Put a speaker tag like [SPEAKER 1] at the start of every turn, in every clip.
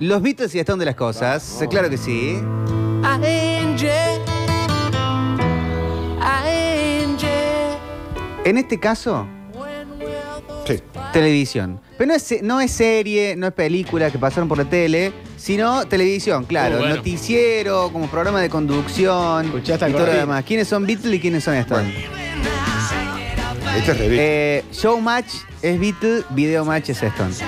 [SPEAKER 1] Los Beatles y están de las
[SPEAKER 2] Ah.
[SPEAKER 1] cosas. eh, Claro que sí. En este caso,
[SPEAKER 3] Sí.
[SPEAKER 1] televisión. Pero no es, se- no es serie, no es película que pasaron por la tele, sino televisión, claro.
[SPEAKER 2] Uh, bueno.
[SPEAKER 1] Noticiero, como programa de conducción
[SPEAKER 3] Escuchá hasta
[SPEAKER 1] y
[SPEAKER 3] el
[SPEAKER 1] todo lo
[SPEAKER 3] corte.
[SPEAKER 1] demás. ¿Quiénes son Beatles y quiénes son Stones?
[SPEAKER 3] Este es revista.
[SPEAKER 1] Eh, Showmatch es Beatles, Video Match es Stones.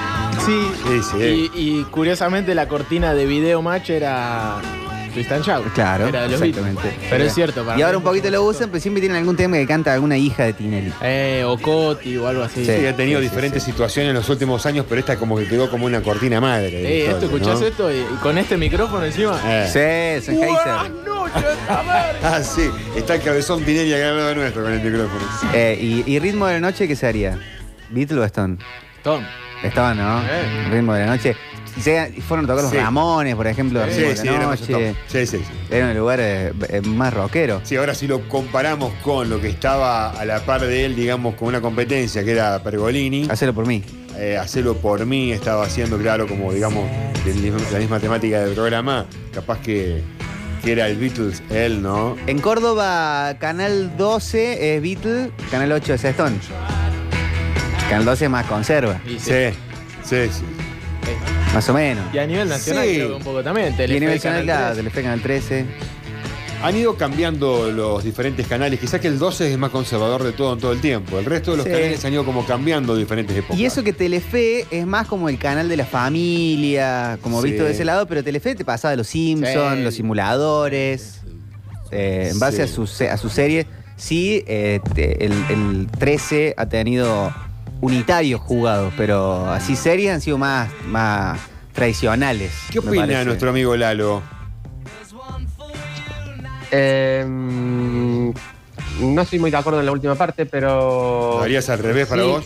[SPEAKER 3] sí. Sí, sí.
[SPEAKER 2] Y, y curiosamente la cortina de video match era Tristan Shaw.
[SPEAKER 1] Claro,
[SPEAKER 2] Era de los
[SPEAKER 1] exactamente.
[SPEAKER 2] Beatles. Pero es cierto. para
[SPEAKER 1] Y ahora un
[SPEAKER 2] mí
[SPEAKER 1] poquito lo usan, pero siempre tienen algún tema que canta alguna hija de Tinelli.
[SPEAKER 2] Eh, o Coti o algo así. Eh,
[SPEAKER 1] Sí.
[SPEAKER 3] Sí, ha tenido
[SPEAKER 1] Sí, sí,
[SPEAKER 3] diferentes situaciones en los últimos años, pero esta como que quedó como una cortina madre. de
[SPEAKER 2] Eh, esto,
[SPEAKER 3] historia,
[SPEAKER 2] escuchás
[SPEAKER 3] ¿no?
[SPEAKER 2] esto y, y con este micrófono encima.
[SPEAKER 3] Eh.
[SPEAKER 1] Sí,
[SPEAKER 2] Buenas
[SPEAKER 1] Sennheiser.
[SPEAKER 2] noches, a ver.
[SPEAKER 3] Ah, sí. Está el cabezón Tinelli acá al lado nuestro con el micrófono.
[SPEAKER 1] Eh, y, y Ritmo de la Noche qué sería? ¿Beatles o Stone?
[SPEAKER 2] Tom.
[SPEAKER 1] Stone, ¿no?
[SPEAKER 2] Sí.
[SPEAKER 1] Ritmo de la Noche. Llegan- fueron a tocar los
[SPEAKER 3] Sí.
[SPEAKER 1] Ramones, por ejemplo.
[SPEAKER 3] Sí,
[SPEAKER 1] Ritmo de la
[SPEAKER 3] sí, era más
[SPEAKER 1] Noche.
[SPEAKER 3] top. sí, sí, sí.
[SPEAKER 1] Era un lugar eh, eh, más rockero.
[SPEAKER 3] Sí, ahora si lo comparamos con lo que estaba a la par de él, digamos, con una competencia que era Pergolini,
[SPEAKER 1] Hacelo por mí.
[SPEAKER 3] eh, Hacelo por mí estaba haciendo, claro, como digamos, de la misma- la misma temática del programa, capaz que, que era el Beatles, él, ¿no?
[SPEAKER 1] En Córdoba, Canal 12 es Beatles, Canal 8 es Stone. Canal 12 es más conserva,
[SPEAKER 2] Y, sí.
[SPEAKER 3] Sí, sí, sí.
[SPEAKER 1] más o menos.
[SPEAKER 2] Y a nivel nacional
[SPEAKER 3] Sí.
[SPEAKER 2] creo que un poco también.
[SPEAKER 1] Y a
[SPEAKER 2] Telefe,
[SPEAKER 1] nivel nacional,
[SPEAKER 2] Canal
[SPEAKER 1] claro,
[SPEAKER 2] 13.
[SPEAKER 1] Telefe Canal 13.
[SPEAKER 3] Han ido cambiando los diferentes canales, quizás que el 12 es el más conservador de todo en todo el tiempo, el resto de los
[SPEAKER 1] Sí.
[SPEAKER 3] canales han ido como cambiando diferentes épocas.
[SPEAKER 1] Y eso que Telefe es más como el canal de la familia, como
[SPEAKER 3] Sí.
[SPEAKER 1] visto de ese lado, pero Telefe te pasaba de los Simpsons,
[SPEAKER 2] Sí.
[SPEAKER 1] los simuladores, eh, en base
[SPEAKER 3] Sí.
[SPEAKER 1] a, su, se- a su serie. Sí, eh, te- el, el 13 ha tenido unitarios jugados, pero así series han sido más, más tradicionales.
[SPEAKER 3] ¿Qué
[SPEAKER 1] me
[SPEAKER 3] opina
[SPEAKER 1] parece.
[SPEAKER 3] nuestro amigo Lalo?
[SPEAKER 4] Eh, mm, no estoy muy de acuerdo en la última parte, pero.
[SPEAKER 3] ¿Lo harías al revés para
[SPEAKER 4] Sí.
[SPEAKER 3] vos?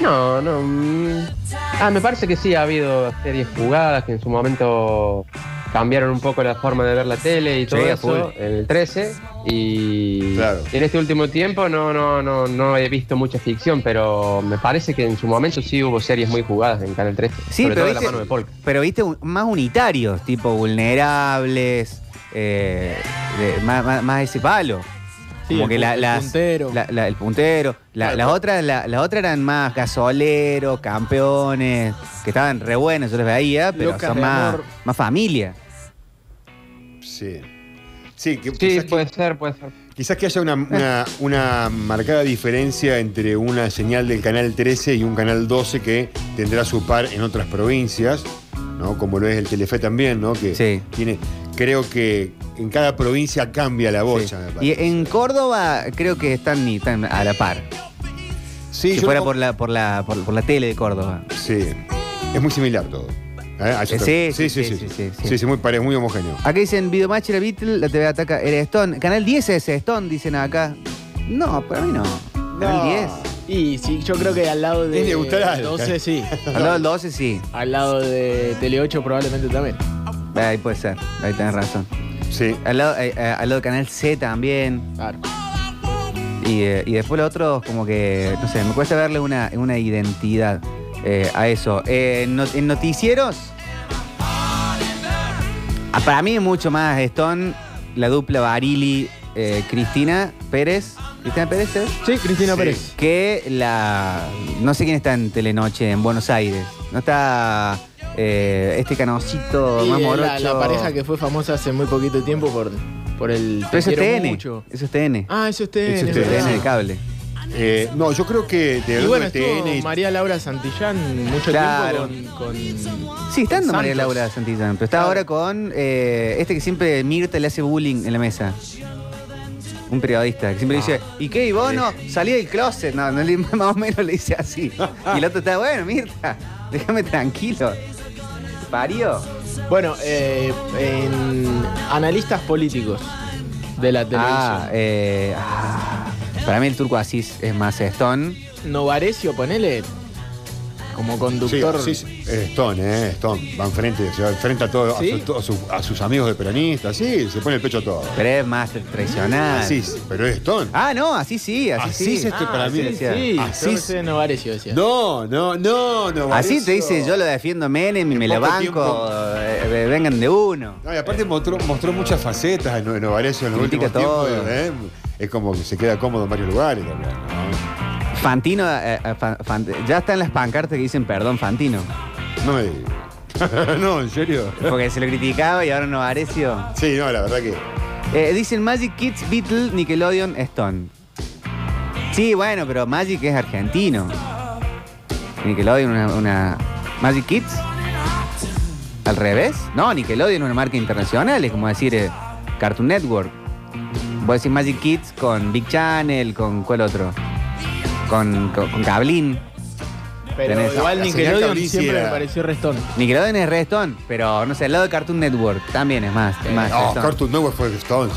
[SPEAKER 4] No, no. mm. Ah, me parece que sí ha habido series jugadas que en su momento cambiaron un poco la forma de ver la tele y todo
[SPEAKER 1] Sí, a
[SPEAKER 4] eso.
[SPEAKER 1] full.
[SPEAKER 4] El 13. Y
[SPEAKER 3] Claro.
[SPEAKER 4] en este último tiempo no, no, no, no he visto mucha ficción, pero me parece que en su momento sí hubo series muy jugadas en Canal 13.
[SPEAKER 1] Sí, pero
[SPEAKER 4] sobre todo de la
[SPEAKER 1] viste-
[SPEAKER 4] mano de Polka.
[SPEAKER 1] Pero viste, un- más unitarios, tipo vulnerables, eh, de- más, más- más ese palo.
[SPEAKER 2] Sí,
[SPEAKER 1] Como
[SPEAKER 2] el
[SPEAKER 1] que
[SPEAKER 2] pu-
[SPEAKER 1] la-
[SPEAKER 2] el
[SPEAKER 1] las-
[SPEAKER 2] puntero.
[SPEAKER 1] la- la- el puntero. La-
[SPEAKER 2] Claro,
[SPEAKER 1] las
[SPEAKER 2] claro.
[SPEAKER 1] otras, la- las otras eran más gasoleros, campeones, que estaban re buenos, yo los veía, pero
[SPEAKER 2] Locas
[SPEAKER 1] son
[SPEAKER 2] de
[SPEAKER 1] más,
[SPEAKER 2] amor.
[SPEAKER 1] más familia.
[SPEAKER 3] Sí. Sí, que,
[SPEAKER 4] Sí,
[SPEAKER 3] quizás, que-
[SPEAKER 1] pues.
[SPEAKER 4] puede ser, puede ser.
[SPEAKER 3] quizás que haya una, una- una marcada diferencia entre una señal del canal 13 y un canal 12 que tendrá su par en otras provincias, ¿no? Como lo es el Telefe también, ¿no? Que
[SPEAKER 1] Sí.
[SPEAKER 3] tiene, creo que en cada provincia cambia la
[SPEAKER 1] Sí.
[SPEAKER 3] bocha, me
[SPEAKER 1] Y
[SPEAKER 3] parece.
[SPEAKER 1] en Córdoba creo que están, están a la par.
[SPEAKER 3] sí,
[SPEAKER 1] si
[SPEAKER 3] yo
[SPEAKER 1] fuera
[SPEAKER 3] no-
[SPEAKER 1] por la, por la, por, por la tele de Córdoba.
[SPEAKER 3] Sí. Es muy similar todo. ¿Eh? A eso
[SPEAKER 1] Eh,
[SPEAKER 3] te-
[SPEAKER 1] sí,
[SPEAKER 3] sí, sí, sí, sí, sí, sí, muy pare- muy homogéneo.
[SPEAKER 1] Acá dicen Videomatch era Beatle, la TV Ataca era Stone. Canal 10 es Stone, dicen acá. No, para mí no. Canal 10.
[SPEAKER 2] Y sí, yo creo que al lado
[SPEAKER 3] Es
[SPEAKER 2] de
[SPEAKER 3] neutral.
[SPEAKER 2] 12 sí.
[SPEAKER 1] Al lado del 12 sí.
[SPEAKER 2] Al lado de Tele 8 probablemente también.
[SPEAKER 1] Ahí puede ser, ahí tenés razón.
[SPEAKER 3] Sí.
[SPEAKER 1] Al lado, eh, eh, al lado de Canal C también.
[SPEAKER 2] Claro.
[SPEAKER 1] Y, eh, y después los otros, como que, no sé, me cuesta verle una, una identidad eh, a eso. Eh, no- en noticieros, ah, para mí es mucho más Stone, la dupla Barili, eh, Cristina Pérez. ¿Cristina Pérez es?
[SPEAKER 2] Sí, Cristina
[SPEAKER 3] Sí.
[SPEAKER 2] Pérez.
[SPEAKER 1] que la. No sé quién está en Telenoche en Buenos Aires. No está eh, este canocito
[SPEAKER 2] Y,
[SPEAKER 1] más
[SPEAKER 2] eh,
[SPEAKER 1] morocho.
[SPEAKER 2] la, la pareja que fue famosa hace muy poquito tiempo por, por el
[SPEAKER 1] Pero eso es
[SPEAKER 2] quiero
[SPEAKER 1] TN.
[SPEAKER 2] mucho.
[SPEAKER 1] Eso es TN.
[SPEAKER 2] Ah, eso es TN.
[SPEAKER 3] Eso es
[SPEAKER 2] es
[SPEAKER 3] TN.
[SPEAKER 2] verdad.
[SPEAKER 1] TN de cable.
[SPEAKER 3] Eh, no, yo creo que de
[SPEAKER 2] Y
[SPEAKER 3] verdad
[SPEAKER 2] bueno,
[SPEAKER 3] el
[SPEAKER 2] estuvo
[SPEAKER 3] TN y-
[SPEAKER 2] María Laura Santillán mucho
[SPEAKER 1] Claro.
[SPEAKER 2] tiempo con, con-
[SPEAKER 1] Sí, está andando
[SPEAKER 2] con
[SPEAKER 1] María
[SPEAKER 2] Santos.
[SPEAKER 1] Laura Santillán, pero está
[SPEAKER 2] Claro.
[SPEAKER 1] ahora con eh, este que siempre Mirta le hace bullying en la mesa. Un periodista que
[SPEAKER 2] Ah.
[SPEAKER 1] siempre dice, ¿y qué, y vos no? Salí del closet. No, no le- más o menos le dice así. Y el otro está, bueno, Mirta, déjame tranquilo. ¿Parió?
[SPEAKER 2] Bueno, eh, en analistas políticos de la televisión.
[SPEAKER 1] Ah, eh, ah, para mí el turco Asís es más Stone.
[SPEAKER 2] Novarecio, ponele. como
[SPEAKER 3] Sí,
[SPEAKER 2] conductor.
[SPEAKER 3] sí, sí. Eh, Stone, eh, Stone. Va enfrente, se va enfrente a todos,
[SPEAKER 2] ¿Sí?
[SPEAKER 3] a, su- a su- a sus amigos de peronistas, sí, se pone el pecho a todos.
[SPEAKER 1] Pero es más traicionar.
[SPEAKER 3] Así, pero es Stone.
[SPEAKER 1] Ah, no, así sí, así,
[SPEAKER 3] Así
[SPEAKER 1] sí. Ah,
[SPEAKER 3] se este para
[SPEAKER 1] así
[SPEAKER 3] mí.
[SPEAKER 2] Sí,
[SPEAKER 1] decía.
[SPEAKER 2] sí.
[SPEAKER 3] Así
[SPEAKER 2] yo
[SPEAKER 3] es.
[SPEAKER 2] pensé en Novares, yo decía.
[SPEAKER 3] No, no, no, no.
[SPEAKER 1] Así te
[SPEAKER 3] Mauricio.
[SPEAKER 1] dice, yo lo defiendo a Menem y
[SPEAKER 3] En
[SPEAKER 1] me la
[SPEAKER 3] poco
[SPEAKER 1] banco,
[SPEAKER 3] tiempo.
[SPEAKER 1] eh, eh, vengan de uno.
[SPEAKER 3] No, y aparte mostró, mostró muchas facetas en en Novarecio en los
[SPEAKER 1] Critica
[SPEAKER 3] últimos tiempos,
[SPEAKER 1] todo.
[SPEAKER 3] ¿eh? Es como que se queda cómodo en varios lugares también, ¿no?
[SPEAKER 1] Fantino, eh, eh, Fan- Fan- ya están las pancartas que dicen perdón, Fantino.
[SPEAKER 3] No me digas. no, en serio.
[SPEAKER 1] Porque se lo criticaba y ahora no apareció.
[SPEAKER 3] Sí, no, la verdad que.
[SPEAKER 1] Eh, dicen Magic Kids, Beatle, Nickelodeon, Stone. Sí, bueno, pero Magic es argentino. Nickelodeon, una, una- Magic Kids. ¿Al revés? No, Nickelodeon es una marca internacional, es como decir eh, Cartoon Network. Vos decís Magic Kids con Big Channel, con ¿cuál otro? Con, con, con Cablín.
[SPEAKER 2] Pero
[SPEAKER 1] Tenés-
[SPEAKER 2] igual
[SPEAKER 3] la señal
[SPEAKER 2] Nickelodeon
[SPEAKER 3] Cablisi
[SPEAKER 2] siempre
[SPEAKER 3] era-
[SPEAKER 2] me pareció restón.
[SPEAKER 1] Nickelodeon es Redstone, pero no sé, al lado de Cartoon Network también es más. es más
[SPEAKER 3] Eh, No,
[SPEAKER 1] Redstone.
[SPEAKER 3] Cartoon Network fue Stones.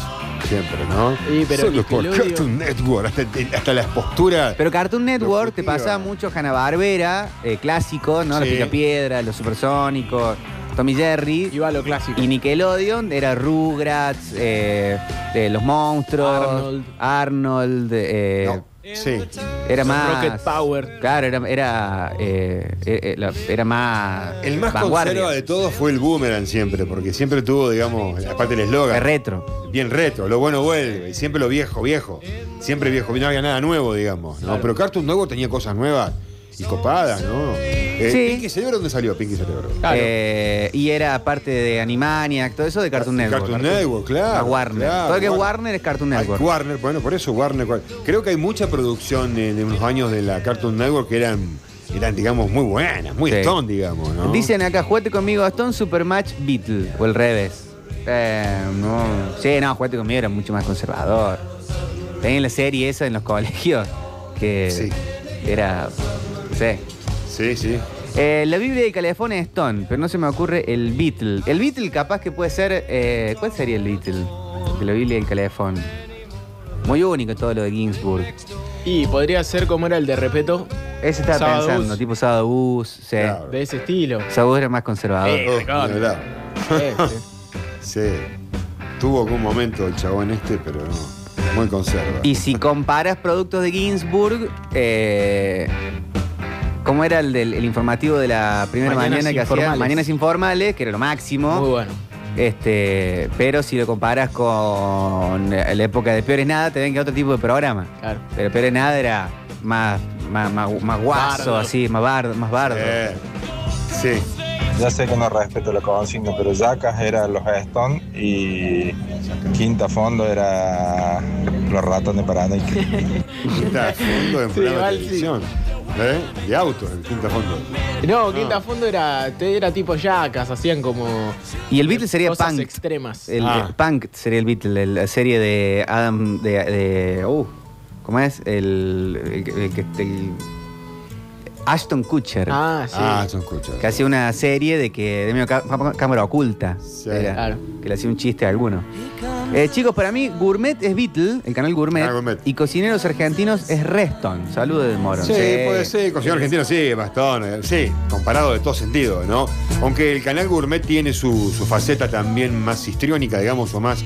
[SPEAKER 3] Siempre, ¿no?
[SPEAKER 2] Sí, pero
[SPEAKER 3] Solo por
[SPEAKER 2] Nickelodeon-
[SPEAKER 3] Cartoon Network. Hasta, hasta las posturas.
[SPEAKER 1] Pero Cartoon Network te
[SPEAKER 3] fugitivos.
[SPEAKER 1] pasaba mucho Hanna Barbera, clásico, ¿no? Los
[SPEAKER 3] Sí.
[SPEAKER 1] Picapiedra, los Supersónicos, Tommy Jerry.
[SPEAKER 2] Iba a lo clásico.
[SPEAKER 1] Y Nickelodeon era Rugrats, eh, eh, Los Monstruos,
[SPEAKER 2] Arnold.
[SPEAKER 1] Arnold, eh,
[SPEAKER 3] No, Sí.
[SPEAKER 1] era más.
[SPEAKER 2] Rocket Power.
[SPEAKER 1] Claro, era, era, eh, eh, eh, la- era más.
[SPEAKER 3] El más
[SPEAKER 1] vanguardia.
[SPEAKER 3] conserva de todos fue el Boomerang siempre, porque siempre tuvo, digamos, aparte el eslogan.
[SPEAKER 1] Es retro.
[SPEAKER 3] bien retro, lo bueno vuelve, y siempre lo viejo, viejo, siempre viejo, y no había nada nuevo, digamos, ¿no? Pero Cartoon Network tenía cosas nuevas y copadas, ¿no? Eh,
[SPEAKER 1] Sí.
[SPEAKER 3] Pinky Cerebro, ¿dónde salió Pinky Cerebro?
[SPEAKER 2] Claro.
[SPEAKER 1] Eh, y era parte de Animaniac, todo eso de Cartoon Network.
[SPEAKER 3] Cartoon Network, claro.
[SPEAKER 1] A Warner.
[SPEAKER 3] claro,
[SPEAKER 1] todo lo que es
[SPEAKER 3] War-
[SPEAKER 1] Warner es Cartoon
[SPEAKER 3] Ay,
[SPEAKER 1] Network.
[SPEAKER 3] Warner, bueno, por eso Warner. cual- Creo que hay mucha producción de, de unos años de la Cartoon Network que eran, eran digamos, muy buenas, muy
[SPEAKER 1] Sí.
[SPEAKER 3] stone, digamos, ¿no?
[SPEAKER 1] Dicen acá, jugate conmigo Gastón, Supermatch Beatle, o el revés. Eh, no. Sí, no, jugate conmigo era mucho más conservador. Tenía la serie esa en los colegios, que
[SPEAKER 3] Sí.
[SPEAKER 1] era, no sé.
[SPEAKER 3] Sí, sí.
[SPEAKER 1] Eh, la Biblia de Calefón es Stone, pero no se me ocurre el Beatle. El Beatle capaz que puede ser, eh, ¿cuál sería el Beatle? De la Biblia del Calefón. Muy único todo lo de Ginsburg.
[SPEAKER 2] Y podría ser como era el de Repeto,
[SPEAKER 1] Ese estaba
[SPEAKER 2] Sábado
[SPEAKER 1] pensando,
[SPEAKER 2] Bus.
[SPEAKER 1] tipo Sábado Bus, sí.
[SPEAKER 3] Claro.
[SPEAKER 2] de ese estilo. Este,
[SPEAKER 1] Sábado Bus era más conservador.
[SPEAKER 2] Eh,
[SPEAKER 3] Oh,
[SPEAKER 2] recorre.
[SPEAKER 3] de verdad.
[SPEAKER 2] Ese.
[SPEAKER 3] Sí. Tuvo algún momento el chabón este, pero no. Muy conserva.
[SPEAKER 1] Y si comparas productos de Ginsburg, eh, ¿cómo era el del el informativo de la primera
[SPEAKER 2] Mañanas
[SPEAKER 1] mañana que hacía?
[SPEAKER 2] informales.
[SPEAKER 1] Mañanas informales, que era lo máximo.
[SPEAKER 2] Muy bueno.
[SPEAKER 1] Este, pero si lo comparas con la época de Peores Nada, te ven que otro tipo de programa.
[SPEAKER 2] Claro.
[SPEAKER 1] Pero Peores Nada era más, más, más, más guaso,
[SPEAKER 2] Bardo.
[SPEAKER 1] así, más bardo, más bardo.
[SPEAKER 3] Eh, sí.
[SPEAKER 5] Ya sé que no respeto la consigna, pero Yacas era los Stone y Quinta Fondo era los ratones paranoicos.
[SPEAKER 3] Quinta fondo en
[SPEAKER 2] Sí,
[SPEAKER 3] programa de
[SPEAKER 2] igual sí.
[SPEAKER 3] televisión. ¿Eh? De autos, el quinta fondo.
[SPEAKER 2] No, Quinta Fondo era, te- era tipo yacas, hacían como
[SPEAKER 1] Y el Beatle sería
[SPEAKER 2] cosas
[SPEAKER 1] punk.
[SPEAKER 2] extremas.
[SPEAKER 1] El,
[SPEAKER 3] Ah.
[SPEAKER 1] el Punk sería el Beatle, la serie de Adam. de. de- uh, ¿Cómo es? El. el- el que- el- Ashton Kutcher.
[SPEAKER 2] Ah, sí.
[SPEAKER 3] Ah, son escuchas.
[SPEAKER 1] Que hacía una serie de que. de medio ca- ca- cámara oculta.
[SPEAKER 3] Sí.
[SPEAKER 1] era,
[SPEAKER 2] Claro.
[SPEAKER 1] Que le hacía un chiste a alguno. Eh, chicos, para mí, Gourmet es Beatle, el canal Gourmet.
[SPEAKER 3] Ah, Gourmet.
[SPEAKER 1] Y Cocineros Argentinos es Reston. Saludos de Moro.
[SPEAKER 3] Sí, puede ser, cocinero argentino, sí, bastón, eh, sí, comparado de todo sentido, ¿no? Aunque el canal Gourmet tiene su, su faceta también más histriónica, digamos, o más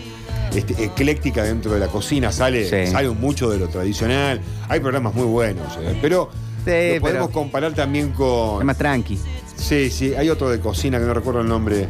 [SPEAKER 3] este, ecléctica dentro de la cocina, sale,
[SPEAKER 1] Sí.
[SPEAKER 3] sale mucho de lo tradicional, hay programas muy buenos, eh, pero
[SPEAKER 1] Sí,
[SPEAKER 3] lo podemos
[SPEAKER 1] pero-
[SPEAKER 3] comparar también
[SPEAKER 1] Es
[SPEAKER 3] con...
[SPEAKER 1] más tranqui.
[SPEAKER 3] Sí, sí, hay otro de cocina que no recuerdo el nombre.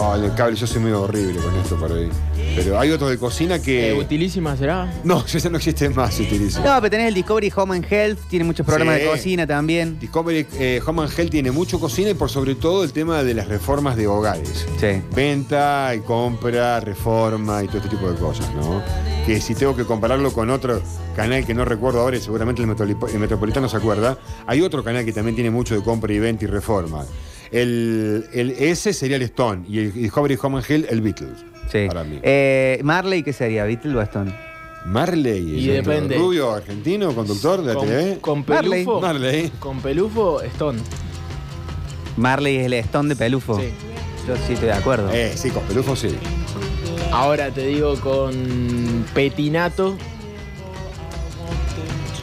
[SPEAKER 3] Ay, el cable, yo soy muy horrible con esto para ahí. Pero hay otro de cocina
[SPEAKER 2] Eh,
[SPEAKER 3] que.
[SPEAKER 2] utilísima será.
[SPEAKER 3] No, ese no existe más, se utiliza.
[SPEAKER 1] No, pero tenés el Discovery Home and Health, tiene muchos programas
[SPEAKER 3] Sí.
[SPEAKER 1] de cocina también.
[SPEAKER 3] Discovery eh, Home and Health tiene mucho cocina y por sobre todo el tema de las reformas de hogares.
[SPEAKER 1] Sí.
[SPEAKER 3] Venta y compra, reforma y todo este tipo de cosas, ¿no? Que si tengo que compararlo con otro canal que no recuerdo ahora y seguramente el, metrolipo- el Metropolitano se acuerda, hay otro canal que también tiene mucho de compra y venta y reforma. El, el ese sería el Stone y el Discovery Home and Health el Beatles.
[SPEAKER 1] Sí.
[SPEAKER 3] Para mí.
[SPEAKER 1] Eh, Marley, ¿qué sería? ¿Beatle o Stone?
[SPEAKER 3] Marley.
[SPEAKER 2] Y
[SPEAKER 3] el otro,
[SPEAKER 2] depende.
[SPEAKER 3] Rubio, argentino, conductor de la
[SPEAKER 2] Con,
[SPEAKER 3] TV.
[SPEAKER 2] con
[SPEAKER 1] Marley.
[SPEAKER 2] Pelufo.
[SPEAKER 3] Marley.
[SPEAKER 2] Con Pelufo, Stone.
[SPEAKER 1] Marley es el Stone de Pelufo.
[SPEAKER 2] Sí.
[SPEAKER 1] Yo sí estoy de acuerdo.
[SPEAKER 3] Eh, sí, con Pelufo sí.
[SPEAKER 2] Ahora te digo con Petinato.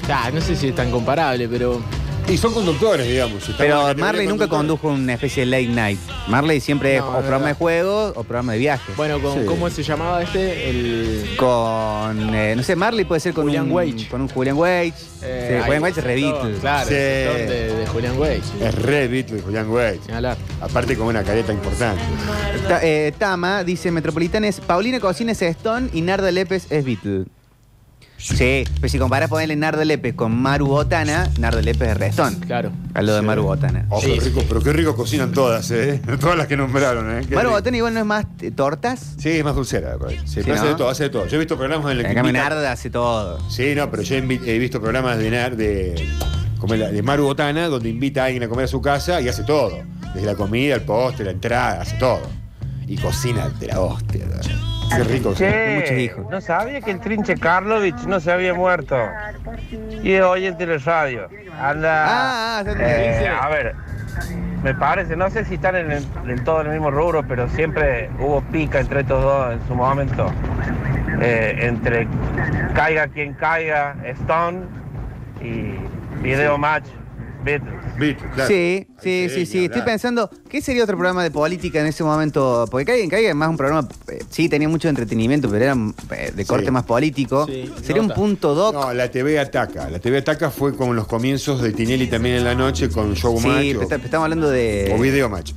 [SPEAKER 2] Ah, no sé si es tan comparable, pero
[SPEAKER 3] Y son conductores, digamos. estamos en la
[SPEAKER 1] Pero
[SPEAKER 3] categoría
[SPEAKER 1] Marley nunca
[SPEAKER 3] conductor.
[SPEAKER 1] condujo una especie de late night. Marley siempre es
[SPEAKER 2] No,
[SPEAKER 1] o
[SPEAKER 2] es
[SPEAKER 1] programa de
[SPEAKER 2] verdad.
[SPEAKER 1] juegos o programa de viaje.
[SPEAKER 2] Bueno, con,
[SPEAKER 3] Sí.
[SPEAKER 2] ¿cómo se llamaba este? El.
[SPEAKER 1] Con, eh, no sé, Marley puede ser con
[SPEAKER 2] Julian
[SPEAKER 1] un
[SPEAKER 2] Weich.
[SPEAKER 1] con un Julian Wage.
[SPEAKER 2] eh, ahí-
[SPEAKER 1] Julian Wage es re
[SPEAKER 2] Claro,
[SPEAKER 1] Beatles.
[SPEAKER 2] Claro,
[SPEAKER 3] Sí.
[SPEAKER 2] el sector de, de Julian Wade.
[SPEAKER 3] Es re Beatle, Julian Wade.
[SPEAKER 2] Ni hablar.
[SPEAKER 3] Aparte con una careta importante.
[SPEAKER 1] Ta- eh, Tama dice Metropolitana es Paulina Cocina es Stone y Narda Lépez es Beatle. Sí, pero si comparás ponerle Narda Lépez con Maru Botana, Narda Lépez es re Stone.
[SPEAKER 2] Claro.
[SPEAKER 1] Al lado de
[SPEAKER 3] Sí.
[SPEAKER 1] Maru Botana.
[SPEAKER 3] Oh,
[SPEAKER 2] Sí,
[SPEAKER 3] qué
[SPEAKER 2] sí.
[SPEAKER 3] rico, pero qué rico cocinan todas, ¿eh? Todas las que nombraron, ¿eh? Qué
[SPEAKER 1] Maru
[SPEAKER 3] rico.
[SPEAKER 1] Botana igual no es más eh, tortas.
[SPEAKER 3] Sí, es más dulcera, me parece. Sí,
[SPEAKER 1] Sí,
[SPEAKER 3] pero hace
[SPEAKER 1] ¿no?
[SPEAKER 3] de todo, hace de todo. Yo he visto programas en los que.
[SPEAKER 1] Acá me
[SPEAKER 3] invita-
[SPEAKER 1] Narda hace todo.
[SPEAKER 3] Sí, no, pero yo he, invi- he visto programas de, Nar- de, como la- de Maru Botana, donde invita a alguien a comer a su casa y hace todo. Desde la comida, el postre, la entrada, hace todo. Y cocina de la hostia. Qué rico.
[SPEAKER 1] Con muchos hijos.
[SPEAKER 6] No sabía que el trinche Karlovich no se había muerto. Y es hoy en Teleradio. Anda.
[SPEAKER 1] Ah, ah, ya
[SPEAKER 6] eh,
[SPEAKER 1] entendí, sí.
[SPEAKER 6] a ver, me parece, no sé si están en, el- en todo el mismo rubro, pero siempre hubo pica entre estos dos en su momento. Eh, entre caiga quien caiga, Stone y Video Match, Beatles.
[SPEAKER 3] Viste, claro.
[SPEAKER 1] Sí, sí,
[SPEAKER 3] Ahí
[SPEAKER 1] sí,
[SPEAKER 3] ni
[SPEAKER 1] sí. Estoy
[SPEAKER 3] hablar.
[SPEAKER 1] pensando, ¿qué sería otro programa de política en ese momento? Porque Caigan Caigan más un programa, eh, sí, tenía mucho entretenimiento, pero era eh, de corte
[SPEAKER 3] Sí.
[SPEAKER 1] más político.
[SPEAKER 2] Sí,
[SPEAKER 1] sería
[SPEAKER 2] nota.
[SPEAKER 1] un punto doc.
[SPEAKER 3] No, la TV Ataca. La TV Ataca fue con los comienzos de Tinelli también en la noche con
[SPEAKER 1] sí,
[SPEAKER 3] Showmatch
[SPEAKER 1] pero
[SPEAKER 3] o,
[SPEAKER 1] está- eh, estamos hablando de...
[SPEAKER 3] o Video Match.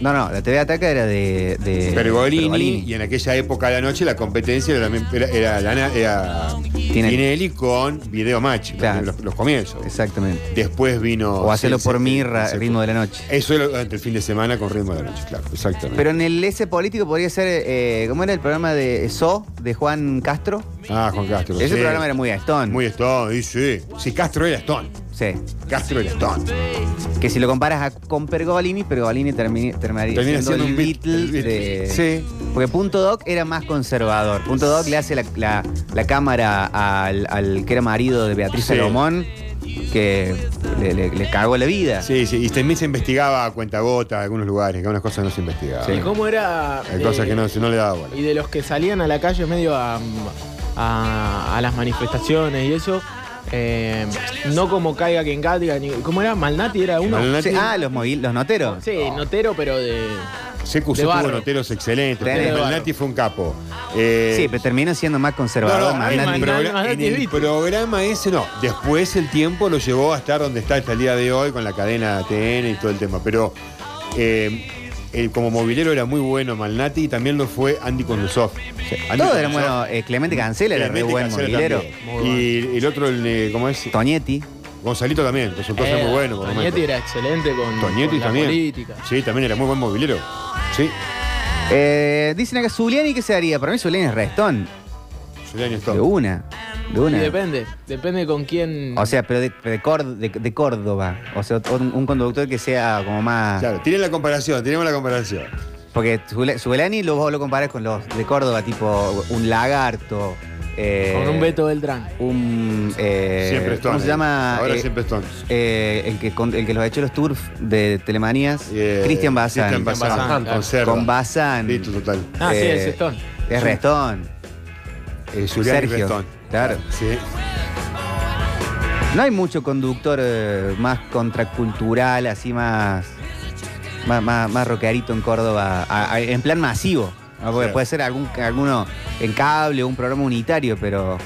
[SPEAKER 1] No, no, la TV Ataca era de... de
[SPEAKER 3] Pergolini, y
[SPEAKER 1] Pergolini.
[SPEAKER 3] en aquella época de la noche la competencia era, era, era Lana- era Tinelli.
[SPEAKER 1] Tinelli.
[SPEAKER 3] con Video Match,
[SPEAKER 1] Claro.
[SPEAKER 3] los, los comienzos.
[SPEAKER 1] Exactamente.
[SPEAKER 3] Después vino.
[SPEAKER 1] O hacerlo
[SPEAKER 3] sí,
[SPEAKER 1] por
[SPEAKER 3] sí,
[SPEAKER 1] mí,
[SPEAKER 3] sí,
[SPEAKER 1] ra-
[SPEAKER 3] sí. Eh.
[SPEAKER 1] Ritmo de la Noche.
[SPEAKER 3] Eso era durante el fin de semana con ritmo de la noche, claro, exactamente.
[SPEAKER 1] Pero en el ese político podría ser, eh, ¿cómo era el programa de So, de Juan Castro?
[SPEAKER 3] ah, Juan Castro.
[SPEAKER 1] Ese
[SPEAKER 3] sí.
[SPEAKER 1] programa era muy gastón.
[SPEAKER 3] Muy Stone, sí, sí. Sí, Castro era Stone.
[SPEAKER 1] Sí.
[SPEAKER 3] Castro era Stone.
[SPEAKER 1] Que si lo comparas a- con Pergolini, Pergolini termini- terminaría
[SPEAKER 3] Termina
[SPEAKER 1] siendo
[SPEAKER 3] siendo
[SPEAKER 1] el
[SPEAKER 3] un Beat-
[SPEAKER 1] Beatle
[SPEAKER 3] el Beatle.
[SPEAKER 1] de...
[SPEAKER 3] Sí.
[SPEAKER 1] Porque Punto Doc era más conservador. Punto Doc le hace la, la- la cámara al, al que era marido de Beatriz
[SPEAKER 3] Sí.
[SPEAKER 1] Salomón, que le, le- le cagó la vida.
[SPEAKER 3] Sí, sí. Y también se investigaba a cuentagota en algunos lugares, que algunas cosas no se investigaban.
[SPEAKER 1] Sí.
[SPEAKER 2] ¿Y cómo era?
[SPEAKER 3] Hay cosas
[SPEAKER 2] eh,
[SPEAKER 3] que no, se- no le daba bola.
[SPEAKER 2] Y de los que salían a la calle medio a, a- a las manifestaciones y eso, eh, no como caiga quien caiga, ni- ¿cómo era? Malnati era uno.
[SPEAKER 3] Malnati.
[SPEAKER 1] Sí, ah, los, movi- los noteros.
[SPEAKER 2] Sí, notero, pero de.
[SPEAKER 3] Se
[SPEAKER 2] de
[SPEAKER 3] tuvo
[SPEAKER 2] barro.
[SPEAKER 3] noteros excelentes.
[SPEAKER 1] Tenés
[SPEAKER 3] pero
[SPEAKER 2] barro.
[SPEAKER 3] Malnati fue un capo. Eh,
[SPEAKER 1] Sí, pero terminó siendo más
[SPEAKER 3] no, no,
[SPEAKER 1] conservador. más
[SPEAKER 3] en, el
[SPEAKER 1] Nati.
[SPEAKER 2] Malnati.
[SPEAKER 3] progra-
[SPEAKER 2] Malnati
[SPEAKER 3] en
[SPEAKER 2] es
[SPEAKER 3] el
[SPEAKER 2] Beatle.
[SPEAKER 3] programa ese no. Después el tiempo lo llevó a estar donde está hasta el día de hoy con la cadena TN y todo el tema. Pero eh, él como movilero era muy bueno Malnati y también lo fue Andy Kondusov. Andy
[SPEAKER 1] Todos eran
[SPEAKER 3] Kondusov,
[SPEAKER 1] buenos. eh, Clemente Cancela era re
[SPEAKER 3] Clemente
[SPEAKER 1] buen
[SPEAKER 3] Cancela
[SPEAKER 1] movilero.
[SPEAKER 3] también. Y el otro, el, eh, ¿cómo es?
[SPEAKER 1] Toñetti.
[SPEAKER 3] Gonzalito también, resultó ser muy bueno. por
[SPEAKER 2] Eh, Toñetti
[SPEAKER 3] momentos.
[SPEAKER 2] era excelente con,
[SPEAKER 3] Toñetti
[SPEAKER 2] con
[SPEAKER 3] también.
[SPEAKER 2] la política.
[SPEAKER 3] Sí, también era muy buen movilero. Sí,
[SPEAKER 1] Eh, dicen acá, Zuliani, ¿qué se haría? Para mí Zuliani es restón.
[SPEAKER 3] Julián Stone.
[SPEAKER 1] De una. De
[SPEAKER 2] Y
[SPEAKER 1] una.
[SPEAKER 2] depende, depende con quién.
[SPEAKER 1] O sea, pero de, pero de Córd- de- de Córdoba. O sea, ot- un, un conductor que sea como más.
[SPEAKER 3] Claro, tienen la comparación, tenemos la comparación.
[SPEAKER 1] Porque Zule- Zulani lo, vos lo comparás con los de Córdoba, tipo un lagarto. eh,
[SPEAKER 2] con un Beto Beltrán.
[SPEAKER 1] Un. eh,
[SPEAKER 3] siempre Stone.
[SPEAKER 1] ¿Cómo se
[SPEAKER 3] eh.
[SPEAKER 1] llama?
[SPEAKER 3] Ahora
[SPEAKER 1] Eh,
[SPEAKER 3] siempre Stone.
[SPEAKER 1] eh, el, que, con- el que los echó los turf de Telemanías.
[SPEAKER 3] Eh,
[SPEAKER 1] Cristian Bazán.
[SPEAKER 3] Cristian Bazán.
[SPEAKER 2] Bazán,
[SPEAKER 3] con
[SPEAKER 2] claro.
[SPEAKER 3] Cerda.
[SPEAKER 1] Con Bazán.
[SPEAKER 3] Listo, total.
[SPEAKER 2] Ah, sí,
[SPEAKER 1] Eh,
[SPEAKER 2] el sextón.
[SPEAKER 1] Es Restón.
[SPEAKER 3] Eh, Julián y
[SPEAKER 1] Sergio,
[SPEAKER 3] Restón.
[SPEAKER 1] claro.
[SPEAKER 3] Sí.
[SPEAKER 1] No hay mucho conductor eh, más contracultural, así más. Más, más, más rockerito en Córdoba, a- a- en plan masivo. ¿no? Porque
[SPEAKER 3] Sí.
[SPEAKER 1] puede ser algún, alguno en cable, un programa unitario, pero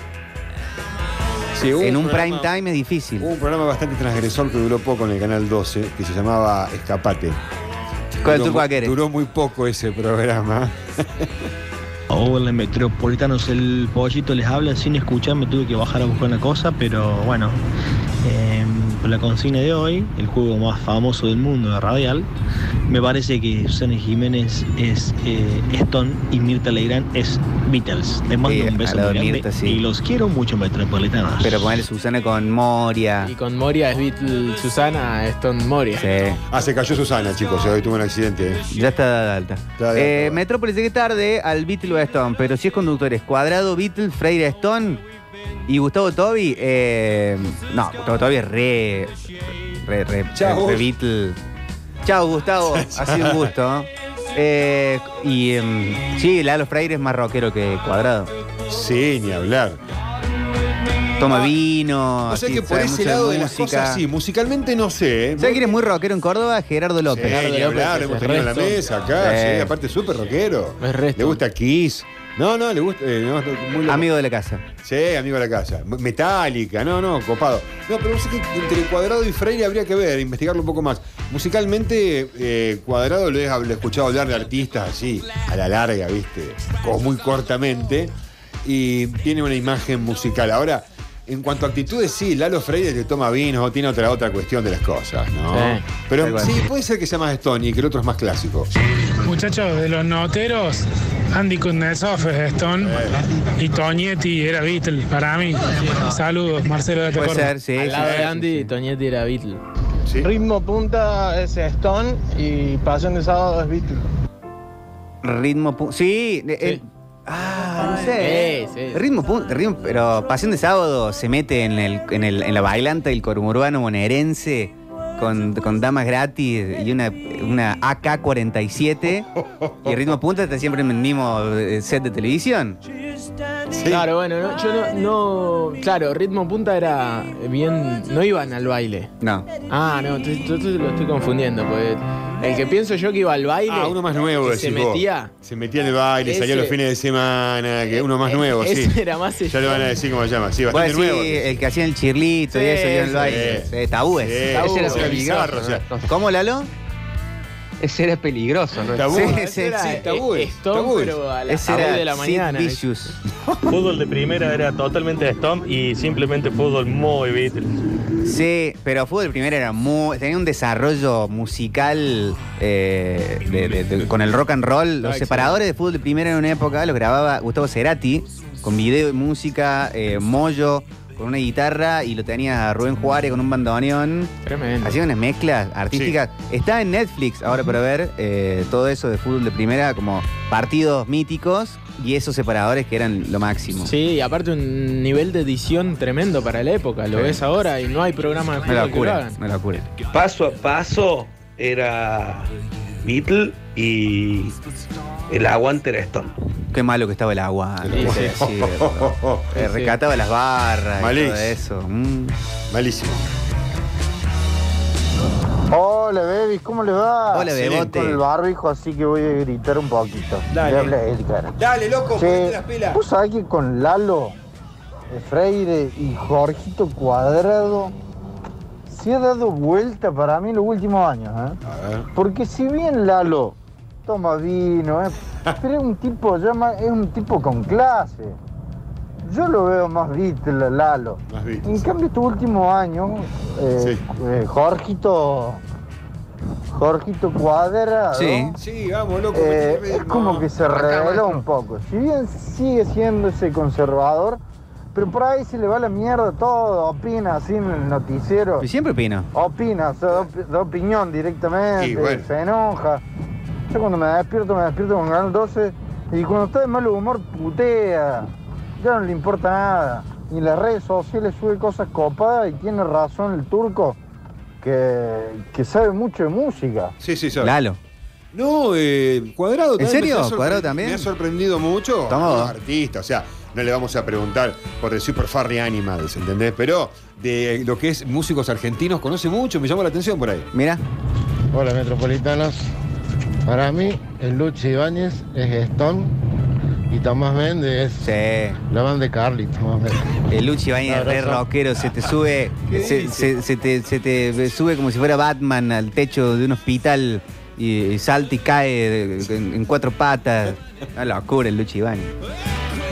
[SPEAKER 3] Sí, hubo
[SPEAKER 1] en un
[SPEAKER 3] programa-
[SPEAKER 1] prime time es difícil.
[SPEAKER 3] Hubo un programa bastante transgresor que duró poco en el canal 12, que se llamaba Escapate.
[SPEAKER 1] Con el
[SPEAKER 3] Duró
[SPEAKER 1] turco
[SPEAKER 3] mu-
[SPEAKER 1] Aquere.
[SPEAKER 3] Duró muy poco ese programa.
[SPEAKER 7] Hola metropolitanos, el pollito les habla sin escuchar, me tuve que bajar a buscar una cosa, pero bueno, eh, por la consigna de hoy, el juego más famoso del mundo de Radial, me parece que Susana Jiménez es eh, Stone y Mirta Legrand es Beatles. Les mando
[SPEAKER 1] Sí,
[SPEAKER 7] un beso
[SPEAKER 1] al lado
[SPEAKER 7] muy
[SPEAKER 1] de
[SPEAKER 7] grande
[SPEAKER 1] Mirta, sí.
[SPEAKER 7] y los quiero mucho metropolitanos.
[SPEAKER 1] Pero ponerle Susana con Moria.
[SPEAKER 2] Y con Moria es Beatle Susana, Stone Moria.
[SPEAKER 1] ah. Sí.
[SPEAKER 3] Ah, se cayó Susana, chicos. Hoy tuvo un accidente. eh.
[SPEAKER 1] Ya está dada alta.
[SPEAKER 3] Está de alta.
[SPEAKER 1] Eh, Metrópolis llegué tarde al Beatle o a Stone, pero si es conductores, Cuadrado, Beatle, Freire, Stone y Gustavo Tobi, eh, no, Gustavo Tobi es re, re, re,
[SPEAKER 3] Chau.
[SPEAKER 1] re Beatle. Chao Gustavo, ha sido un gusto. Eh, y em, sí, Lalo Freire es más rockero que Cuadrado.
[SPEAKER 3] Sí, ni hablar.
[SPEAKER 1] Toma vino.
[SPEAKER 3] Ah, O sea
[SPEAKER 1] así,
[SPEAKER 3] que por
[SPEAKER 1] sabe
[SPEAKER 3] ese
[SPEAKER 1] mucho
[SPEAKER 3] lado de las
[SPEAKER 1] música.
[SPEAKER 3] cosas, sí, musicalmente no sé. ¿eh?
[SPEAKER 1] ¿Sabes quién es muy rockero en Córdoba? Gerardo
[SPEAKER 3] Sí,
[SPEAKER 1] López.
[SPEAKER 3] ni hablar, lo hemos tenido en la
[SPEAKER 2] Resto.
[SPEAKER 3] mesa acá,
[SPEAKER 1] Sí.
[SPEAKER 3] sí, aparte es súper rockero.
[SPEAKER 2] Es resto.
[SPEAKER 3] Le gusta Kiss. No, no, le gusta. eh, no, no, muy loco.
[SPEAKER 1] Amigo de la casa.
[SPEAKER 3] Sí, amigo de la casa. M- Metallica, no, no, copado. No, pero sé que entre Cuadrado y Freire habría que ver, investigarlo un poco más. Musicalmente, eh, Cuadrado lo he, hab- lo he escuchado hablar de artistas así, a la larga, ¿viste? O muy cortamente. Y tiene una imagen musical. Ahora, en cuanto a actitudes, sí, Lalo Freire que toma vino, tiene otra, otra cuestión de las cosas, ¿no?
[SPEAKER 2] Sí,
[SPEAKER 1] tal
[SPEAKER 3] pero
[SPEAKER 1] cual.
[SPEAKER 3] sí, puede ser que sea más Stone y que el otro es más clásico.
[SPEAKER 8] Muchachos, de los noteros, Andy Kuznetsov es Stone y Toñetti era Beatle para mí. Saludos, Marcelo de
[SPEAKER 1] Puede
[SPEAKER 8] Tecordo.
[SPEAKER 1] ser, sí. sí,
[SPEAKER 2] Al lado
[SPEAKER 1] sí,
[SPEAKER 2] de Andy,
[SPEAKER 1] sí.
[SPEAKER 2] Toñetti era Beatle.
[SPEAKER 3] ¿Sí?
[SPEAKER 9] Ritmo punta es Stone y pasión de sábado es Beatles.
[SPEAKER 1] Ritmo pu- Sí. eh, eh, Ah, no sé.
[SPEAKER 2] Sí, sí.
[SPEAKER 1] Ritmo pu- ritmo- pero Pasión de Sábado se mete en, el, en, el- en la bailanta del conurbano bonaerense con, con damas gratis y una, una AK-47. y Ritmo Punta está siempre en el mismo eh, set de televisión.
[SPEAKER 3] Sí.
[SPEAKER 2] Claro, bueno, no- yo no, no- Claro, ritmo punta era bien. No iban al baile.
[SPEAKER 1] No.
[SPEAKER 2] Ah, no, entonces entonces lo estoy confundiendo. Pues el que pienso yo que iba al baile.
[SPEAKER 3] Ah, uno más nuevo,
[SPEAKER 2] que se
[SPEAKER 3] decís vos.
[SPEAKER 2] metía.
[SPEAKER 3] Se metía en el baile, salía
[SPEAKER 2] Ese- eh,
[SPEAKER 3] los fines de semana, que uno más nuevo,
[SPEAKER 2] ese
[SPEAKER 3] sí.
[SPEAKER 2] era más
[SPEAKER 3] Ya le van a decir cómo se llama. Sí, bastante
[SPEAKER 1] Vos decís, uh,
[SPEAKER 3] nuevo.
[SPEAKER 1] el que hacía el chirlito y
[SPEAKER 2] Sí,
[SPEAKER 1] eso, y el
[SPEAKER 2] sí,
[SPEAKER 1] baile.
[SPEAKER 3] sí.
[SPEAKER 1] Sí, tabúes.
[SPEAKER 3] Sí,
[SPEAKER 2] tabú,
[SPEAKER 3] ese era
[SPEAKER 2] ese
[SPEAKER 4] era
[SPEAKER 3] bizarro, o
[SPEAKER 4] peligroso,
[SPEAKER 3] sea,
[SPEAKER 4] ¿no?
[SPEAKER 1] ¿Cómo, Lalo?
[SPEAKER 4] Ese era peligroso, ¿no?
[SPEAKER 3] tabú.
[SPEAKER 1] Sí,
[SPEAKER 2] Ese
[SPEAKER 1] sí,
[SPEAKER 2] era,
[SPEAKER 1] sí,
[SPEAKER 2] eh,
[SPEAKER 3] tabúes,
[SPEAKER 2] Stone,
[SPEAKER 3] tabúes.
[SPEAKER 2] pero a las
[SPEAKER 1] Ese
[SPEAKER 2] 2
[SPEAKER 1] era
[SPEAKER 2] de la
[SPEAKER 1] Sid
[SPEAKER 2] mañana.
[SPEAKER 1] Vicious.
[SPEAKER 10] Fútbol de primera era totalmente Stomp y simplemente fútbol muy Beatles.
[SPEAKER 1] Sí, pero Fútbol Primero era muy, tenía un desarrollo musical eh, de- de- de- con el rock and
[SPEAKER 2] Ah,
[SPEAKER 1] roll. Los separadores de Fútbol Primero en una época los grababa Gustavo Cerati con video y música, eh, Moyo con una guitarra y lo tenía a Rubén Juárez con un bandoneón.
[SPEAKER 2] Tremendo.
[SPEAKER 1] Hacía unas mezclas artísticas. Está en Netflix ahora para ver eh, todo eso de Fútbol de Primera como partidos míticos y esos separadores que eran lo máximo.
[SPEAKER 2] Sí, y aparte un nivel de edición tremendo para la época. Lo
[SPEAKER 1] Sí.
[SPEAKER 2] ves ahora y no hay programa de
[SPEAKER 1] Una
[SPEAKER 2] fútbol que lo
[SPEAKER 1] locura,
[SPEAKER 2] hagan.
[SPEAKER 1] una locura.
[SPEAKER 10] Paso a paso era Beatle y el aguante era Stone.
[SPEAKER 1] Qué malo que estaba el agua. ¿no?
[SPEAKER 2] Sí, sí,
[SPEAKER 1] Sí, verdad. Eh, Recataba las barras y
[SPEAKER 3] Malís.
[SPEAKER 1] todo eso. Mm.
[SPEAKER 3] Malísimo.
[SPEAKER 9] Hola, babies, ¿cómo les va?
[SPEAKER 1] Hola,
[SPEAKER 3] excelente.
[SPEAKER 1] Bebote.
[SPEAKER 9] Ah, Con el barbijo, así que voy a gritar un poquito.
[SPEAKER 3] Dale.
[SPEAKER 9] Le habla el cara.
[SPEAKER 3] Dale, loco,
[SPEAKER 9] Che, ¿Vos sabés que con Lalo, eh, Freire y Jorgito Cuadrado se ha dado vuelta para mí en los últimos años? ¿eh?
[SPEAKER 3] A ver.
[SPEAKER 9] Porque si bien Lalo toma vino, ¿eh? pero es un tipo ya más- es un tipo con clase. Yo lo veo más Beatle, a Lalo.
[SPEAKER 3] Más
[SPEAKER 9] En
[SPEAKER 3] Beatles.
[SPEAKER 9] cambio, estos últimos años, eh,
[SPEAKER 3] Sí.
[SPEAKER 9] eh, Jorgito, Jorgito Cuadrado,
[SPEAKER 1] Sí.
[SPEAKER 3] Sí, vamos, loco.
[SPEAKER 9] eh,
[SPEAKER 3] metí
[SPEAKER 9] es
[SPEAKER 3] ritmo.
[SPEAKER 9] como que se reveló un poco. Si bien sigue siendo ese conservador, pero por ahí se le va la mierda todo, opina así en el noticiero.
[SPEAKER 1] Yo Siempre opino.
[SPEAKER 9] Opina, o sea, da opi- da opinión directamente,
[SPEAKER 3] Y bueno.
[SPEAKER 9] se enoja. Yo cuando me despierto, me despierto con Canal 12 y cuando está de mal humor putea. Ya no le importa nada. Y en las redes sociales sube cosas copadas y tiene razón el turco que, que sabe mucho de música.
[SPEAKER 3] Sí, sí, sabe.
[SPEAKER 1] Lalo.
[SPEAKER 3] No, eh, Cuadrado
[SPEAKER 1] ¿En
[SPEAKER 3] también.
[SPEAKER 1] serio?
[SPEAKER 3] me ha sorpre-
[SPEAKER 1] ¿Cuadrado también?
[SPEAKER 3] Me ha sorprendido mucho.
[SPEAKER 1] Toma
[SPEAKER 3] Como
[SPEAKER 1] vos.
[SPEAKER 3] Artista, o sea, no le vamos a preguntar por el Super Farry Animals, ¿entendés? Pero de lo que es músicos argentinos conoce mucho, me llamó la atención por ahí.
[SPEAKER 1] Mira.
[SPEAKER 11] Hola metropolitanos. Para mí, el Lucho Ibáñez es Stone y Tomás Méndez es
[SPEAKER 1] Sí.
[SPEAKER 11] la banda de Carlitos, más o menos.
[SPEAKER 1] El Luchi Bañez es re rockero, se te sube, se, se- se te, se te sube como si fuera Batman al techo de un hospital y, y salta y cae de- en, en cuatro patas. Una locura el Luchi Bañez.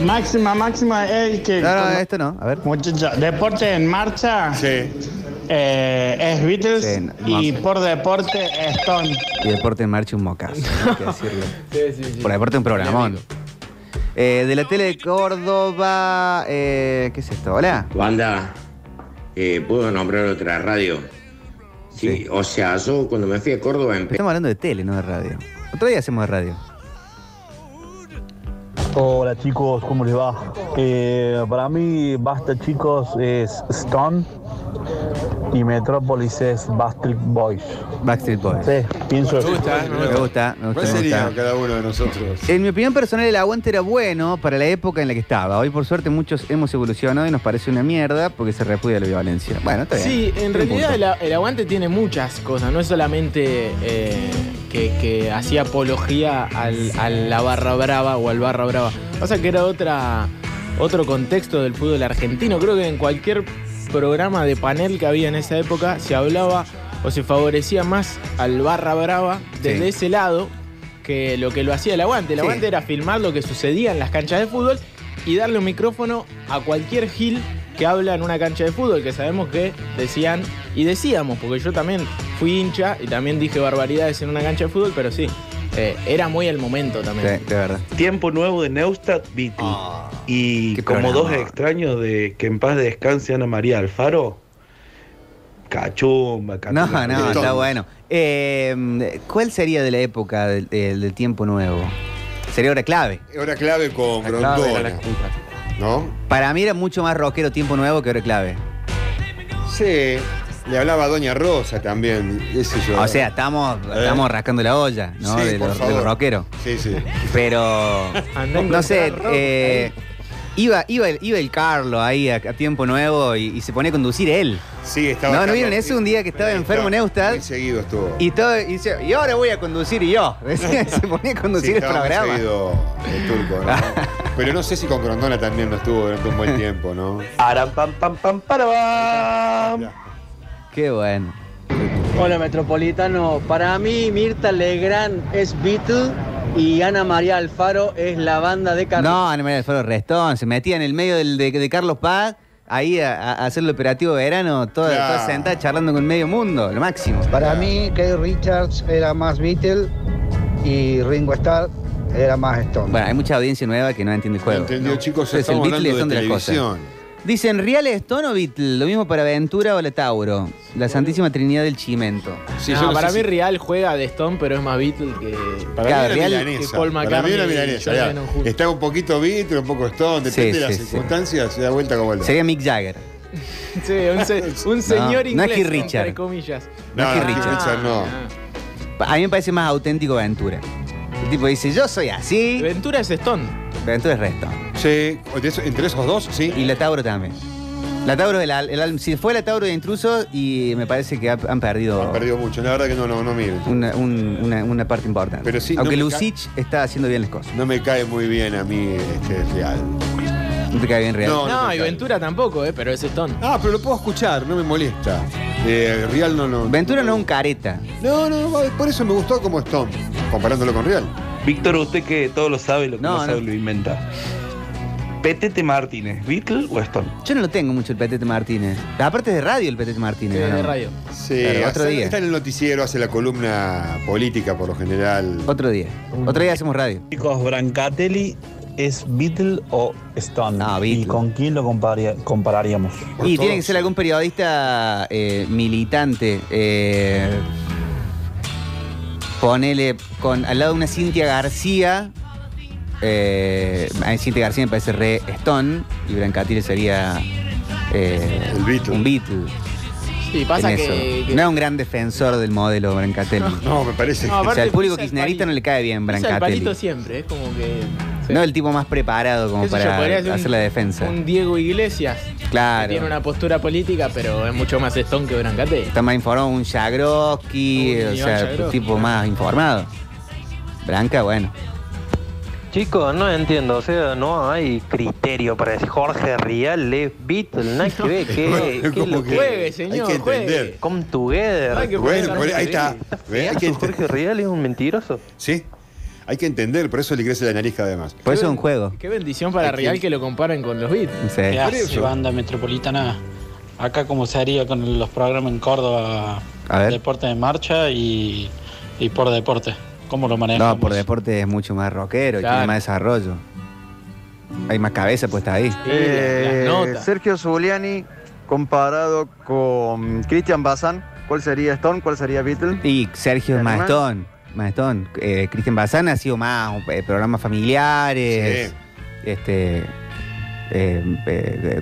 [SPEAKER 8] Máxima, máxima, es que.
[SPEAKER 1] No, no, esto no, a ver.
[SPEAKER 8] Muchachos, deporte en marcha eh,
[SPEAKER 3] Sí.
[SPEAKER 8] es Beatles
[SPEAKER 1] Sí, no, y no.
[SPEAKER 8] por deporte Stone.
[SPEAKER 1] Y Deporte en Marcha un mocazo, hay que decirlo. Por Deporte un programón. Eh, de la tele de Córdoba, eh, ¿qué es esto? Hola.
[SPEAKER 10] Banda, eh, ¿puedo nombrar otra radio? Sí, o sea, yo cuando me fui a Córdoba empecé.
[SPEAKER 1] Estamos hablando de tele, no de radio. Otro día hacemos de radio.
[SPEAKER 10] Hola chicos, ¿cómo les va? Eh, para mí, basta chicos, es Stone.
[SPEAKER 12] Y Metrópolis es Backstreet Boys.
[SPEAKER 1] Backstreet Boys.
[SPEAKER 12] Sí, pienso eso.
[SPEAKER 1] Me gusta, me gusta,
[SPEAKER 3] ¿Cuál
[SPEAKER 1] me
[SPEAKER 3] sería
[SPEAKER 1] gusta. Eh,
[SPEAKER 3] cada uno de nosotros?
[SPEAKER 1] En mi opinión personal, el aguante era bueno para la época en la que estaba. Hoy, por suerte, muchos hemos evolucionado y nos parece una mierda porque se repudia la violencia. Bueno, está bien.
[SPEAKER 2] Sí, en
[SPEAKER 1] Tiene eh. un
[SPEAKER 2] realidad
[SPEAKER 1] punto.
[SPEAKER 2] el, a- el aguante tiene muchas cosas, no es solamente eh, que, que hacía apología al, a la barra brava o al barra brava. Pasa que era otra, otro contexto del fútbol argentino. Creo que en cualquier programa de panel que había en esa época se hablaba o se favorecía más al barra brava desde
[SPEAKER 1] Sí.
[SPEAKER 2] ese lado que lo que lo hacía el aguante. El
[SPEAKER 1] Sí.
[SPEAKER 2] aguante era filmar lo que sucedía en las canchas de fútbol y darle un micrófono a cualquier gil que habla en una cancha de fútbol, que sabemos que decían y decíamos, porque yo también fui hincha y también dije barbaridades en una cancha de fútbol, pero sí, eh, era muy el momento también.
[SPEAKER 1] Sí, de verdad.
[SPEAKER 10] Tiempo nuevo de Neustadt Viti.
[SPEAKER 13] Ah,
[SPEAKER 10] y como dos extraños de que en paz descanse Ana María Alfaro. Cachumba,
[SPEAKER 1] No,
[SPEAKER 10] cachumba.
[SPEAKER 1] no,
[SPEAKER 10] Todo.
[SPEAKER 1] está bueno. Eh, ¿Cuál sería de la época del, del- del tiempo nuevo? Sería hora clave.
[SPEAKER 3] Hora clave con
[SPEAKER 1] clave era la
[SPEAKER 3] Grondona. ¿No?
[SPEAKER 1] Para mí era mucho más rockero tiempo nuevo que hora clave.
[SPEAKER 3] Sí. Le hablaba a Doña Rosa también. qué sé yo.
[SPEAKER 1] O sea, estamos, estamos rascando la olla, ¿no?
[SPEAKER 3] Eh. Sí,
[SPEAKER 1] de,
[SPEAKER 3] por
[SPEAKER 1] lo- de
[SPEAKER 3] favor.
[SPEAKER 1] lo rockero.
[SPEAKER 3] Sí, sí.
[SPEAKER 1] Pero.
[SPEAKER 2] Andá a
[SPEAKER 1] No sé,
[SPEAKER 2] encontrar rock
[SPEAKER 1] eh, iba, iba, el, iba el Carlo ahí a, a tiempo nuevo y, y se ponía a conducir él.
[SPEAKER 3] Sí, estaba.
[SPEAKER 1] No, no
[SPEAKER 3] Carlos-
[SPEAKER 1] vieron eso un día que estaba enfermo en Neustad
[SPEAKER 3] Muy seguido estuvo.
[SPEAKER 1] y todo y dice, y ahora voy a conducir yo. Decía, se ponía a
[SPEAKER 3] Sí,
[SPEAKER 1] conducir el
[SPEAKER 3] estaba muy
[SPEAKER 1] programa.
[SPEAKER 3] seguido el turco, ¿no? Pero no sé si con Grondona también no estuvo durante un buen tiempo, ¿no?
[SPEAKER 10] Aram, pam, pam, pam, para, pam.
[SPEAKER 1] Qué bueno.
[SPEAKER 14] Hola Metropolitano, para mí Mirta Legrand es Beatle y Ana María Alfaro es la banda de Carlos.
[SPEAKER 1] No, Ana María Alfaro Restón, se metía en el medio del, de, de Carlos Paz, ahí a, a hacer el operativo de verano, toda,
[SPEAKER 9] Claro.
[SPEAKER 1] toda sentada charlando con medio mundo, lo máximo.
[SPEAKER 9] Para mí, Kay Richards era más Beatle y Ringo Starr era más Stone.
[SPEAKER 1] Bueno, hay mucha audiencia nueva que no entiende el juego.
[SPEAKER 3] Entendido,
[SPEAKER 1] ¿no?
[SPEAKER 3] chicos,
[SPEAKER 1] Entonces,
[SPEAKER 3] estamos
[SPEAKER 1] el Beatle
[SPEAKER 3] hablando
[SPEAKER 1] son
[SPEAKER 3] de
[SPEAKER 1] de las cosas.
[SPEAKER 3] televisión.
[SPEAKER 1] Dicen, ¿Real Stone o Beatle? Lo mismo para Ventura o la Tauro. La Santísima Trinidad del Chimento.
[SPEAKER 2] No, Ah, para mí Real juega de Stone, pero es más Beatle que,
[SPEAKER 3] Para
[SPEAKER 1] Claro,
[SPEAKER 3] mí era
[SPEAKER 1] Real-
[SPEAKER 3] milanesa.
[SPEAKER 2] que Paul
[SPEAKER 3] Para mí
[SPEAKER 2] McCartney
[SPEAKER 3] era
[SPEAKER 2] y
[SPEAKER 3] milanesa.
[SPEAKER 2] John
[SPEAKER 3] ya.
[SPEAKER 2] Lennon juntos.
[SPEAKER 3] Está un poquito Beatle, un poco Stone, depende
[SPEAKER 1] Sí,
[SPEAKER 3] de las
[SPEAKER 1] sí, sí.
[SPEAKER 3] circunstancias, se da vuelta con vuelta.
[SPEAKER 1] Sería Mick Jagger.
[SPEAKER 2] Sí, un, se- un
[SPEAKER 1] No,
[SPEAKER 2] señor
[SPEAKER 1] no
[SPEAKER 2] inglés,
[SPEAKER 1] es que
[SPEAKER 2] entre
[SPEAKER 1] Richard.
[SPEAKER 2] comillas. Ah.
[SPEAKER 1] No,
[SPEAKER 3] No,
[SPEAKER 1] es que
[SPEAKER 3] no,
[SPEAKER 1] Richard.
[SPEAKER 3] Richard no.
[SPEAKER 1] A mí me parece más auténtico Ventura. El tipo dice, yo soy así.
[SPEAKER 2] Ventura es Stone.
[SPEAKER 1] Ventura es resto.
[SPEAKER 3] Sí, de eso- entre esos dos, sí.
[SPEAKER 1] Y la Tauro también. La Tauro, el, al- el al- si fue la Tauro de intrusos y me parece que ha- han perdido,
[SPEAKER 3] Han perdido mucho, la verdad que no, no, no miro.
[SPEAKER 1] una, un- una- una parte importante.
[SPEAKER 3] Pero sí, no
[SPEAKER 1] Aunque
[SPEAKER 3] me
[SPEAKER 1] Lucich está haciendo bien las cosas.
[SPEAKER 3] No me cae muy bien a mí este real.
[SPEAKER 1] No te cae bien real.
[SPEAKER 3] No,
[SPEAKER 2] No,
[SPEAKER 3] no me
[SPEAKER 2] y
[SPEAKER 3] cae.
[SPEAKER 2] Ventura tampoco, eh, pero es Stone.
[SPEAKER 3] Ah, pero lo puedo escuchar, no me molesta. Eh, real no, no.
[SPEAKER 1] Ventura no es un careta.
[SPEAKER 3] No, no, por eso me gustó como Stone, comparándolo con Real.
[SPEAKER 10] Víctor, usted que todo lo sabe, lo que
[SPEAKER 1] No,
[SPEAKER 10] no,
[SPEAKER 1] no.
[SPEAKER 10] sabe lo inventa. Petete Martínez, ¿Beatle o Stone?
[SPEAKER 1] Yo no lo tengo mucho el Petete Martínez. Aparte es de radio el Petete Martínez.
[SPEAKER 2] Que
[SPEAKER 1] ¿o no?
[SPEAKER 2] de radio.
[SPEAKER 3] Sí,
[SPEAKER 1] Claro, otro
[SPEAKER 3] hace-
[SPEAKER 1] día.
[SPEAKER 3] está en el noticiero, hace la columna política por lo general.
[SPEAKER 1] Otro día. Otro día hacemos radio.
[SPEAKER 12] Chicos, Brancatelli es Beatle o Stone. ¿Y con quién lo comparia- compararíamos?
[SPEAKER 1] Y tiene que ser algún periodista eh, militante. eh, ponele con, al lado de una Cintia García. eh, a mí Cintia García me parece re Stone. Y Brancatile sería eh,
[SPEAKER 3] El Beatle.
[SPEAKER 1] un Beatle.
[SPEAKER 2] Y pasa
[SPEAKER 1] en
[SPEAKER 2] que,
[SPEAKER 1] eso.
[SPEAKER 2] que-
[SPEAKER 1] No es un gran defensor del modelo Brancatelli.
[SPEAKER 3] No, me parece.
[SPEAKER 2] No,
[SPEAKER 1] o sea,
[SPEAKER 2] aparte
[SPEAKER 1] al público
[SPEAKER 2] pisa el
[SPEAKER 1] kirchnerista
[SPEAKER 2] palito.
[SPEAKER 1] no le cae bien
[SPEAKER 2] pisa el
[SPEAKER 1] Brancatelli.
[SPEAKER 2] palito siempre, es como que... sí.
[SPEAKER 1] No el tipo más preparado como
[SPEAKER 2] Qué sé yo,
[SPEAKER 1] para
[SPEAKER 2] podría ser un-
[SPEAKER 1] hacer la defensa.
[SPEAKER 2] Un Diego Iglesias. que
[SPEAKER 1] claro.
[SPEAKER 2] Tiene una postura política, pero es mucho más Stone que Brancatelli.
[SPEAKER 1] Está más informado un Jagroski,
[SPEAKER 2] Un
[SPEAKER 1] o
[SPEAKER 2] Iván
[SPEAKER 1] sea,
[SPEAKER 2] Jagroski,
[SPEAKER 1] tipo
[SPEAKER 2] claro.
[SPEAKER 1] más informado. Branca, bueno.
[SPEAKER 15] Chicos, no entiendo, o sea, no hay criterio para decir Jorge Rial es Beatle, nada que ver,
[SPEAKER 3] Es
[SPEAKER 15] que, que
[SPEAKER 3] como
[SPEAKER 15] lo
[SPEAKER 3] que
[SPEAKER 2] Juegue, señor,
[SPEAKER 3] Hay que
[SPEAKER 2] juegue.
[SPEAKER 3] entender.
[SPEAKER 15] come together.
[SPEAKER 2] Ay, qué
[SPEAKER 3] Bueno,
[SPEAKER 2] pensar
[SPEAKER 3] por- ahí
[SPEAKER 2] que
[SPEAKER 3] está. Ve, Hay que
[SPEAKER 15] Feazo, Jorge Rial es un mentiroso.
[SPEAKER 3] Sí, hay que entender, por eso le crece la nariz cada vez más.
[SPEAKER 1] Por eso es un juego.
[SPEAKER 2] Qué bendición para
[SPEAKER 3] Hay que-
[SPEAKER 2] Real que lo comparen con los Beats.
[SPEAKER 1] Sí.
[SPEAKER 16] ¿Qué hace,
[SPEAKER 3] Curioso.
[SPEAKER 16] banda metropolitana? Acá como se haría con los programas en Córdoba,
[SPEAKER 1] A ver.
[SPEAKER 16] deporte de marcha y, y por deporte. ¿Cómo lo manejamos?
[SPEAKER 1] No, por deporte es mucho más rockero y
[SPEAKER 16] Claro.
[SPEAKER 1] tiene más desarrollo. Hay más cabeza puesta ahí.
[SPEAKER 13] Eh,
[SPEAKER 2] las notas.
[SPEAKER 13] Sergio Zuliani comparado con Christian Bazán, ¿cuál sería Stone? ¿Cuál sería Beatle?
[SPEAKER 1] Y Sergio es
[SPEAKER 13] ¿Te
[SPEAKER 1] más
[SPEAKER 13] animás?
[SPEAKER 1] Stone. Más Stone. Eh, Cristian Bazán ha sido más eh, programas familiares.
[SPEAKER 3] Sí.
[SPEAKER 1] Este. eh, eh, eh,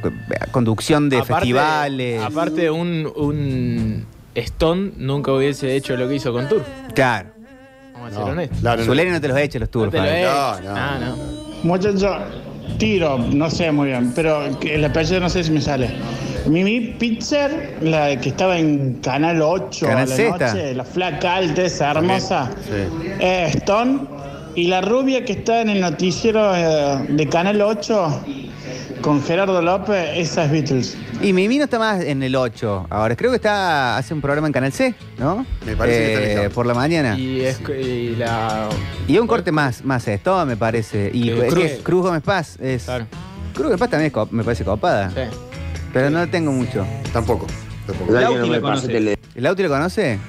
[SPEAKER 1] conducción de festivales.
[SPEAKER 2] Aparte, un, un Stone nunca hubiese hecho lo que hizo con Tour.
[SPEAKER 1] Claro.
[SPEAKER 2] Vamos a ser
[SPEAKER 1] No,
[SPEAKER 2] honestos.
[SPEAKER 1] claro, no. Zuleni no te los eche los
[SPEAKER 2] No
[SPEAKER 1] tours.
[SPEAKER 2] te lo
[SPEAKER 1] Fabi.
[SPEAKER 2] eche.
[SPEAKER 1] No,
[SPEAKER 2] Ah, no.
[SPEAKER 8] Muchacho, tiro, no sé muy bien, pero el apellido no sé si me sale. Mimi Pitzer, la que estaba en Canal 8 a
[SPEAKER 1] Canal
[SPEAKER 8] la
[SPEAKER 1] Z.
[SPEAKER 8] noche, la flaca alta esa, hermosa. Eh, Stone y la rubia que está en el noticiero eh, de Canal 8 con Gerardo López, esa es Beatles.
[SPEAKER 1] Y Mimi no está más en el 8. Ahora creo que está hace un programa en Canal C, ¿no? Eh,
[SPEAKER 3] Me parece que está en el
[SPEAKER 1] Por la mañana.
[SPEAKER 2] Y, es, y la.
[SPEAKER 1] Y un corte más, más esto, me parece. Y
[SPEAKER 2] Eh,
[SPEAKER 1] es
[SPEAKER 2] Cruz.
[SPEAKER 1] que Cruz Gómez Paz es. Cruz Gómez Paz también es cop- me parece copada.
[SPEAKER 2] Sí.
[SPEAKER 1] Pero no tengo mucho.
[SPEAKER 3] Tampoco. tampoco. Lauti la conoce.
[SPEAKER 1] ¿El Lauti lo conoce?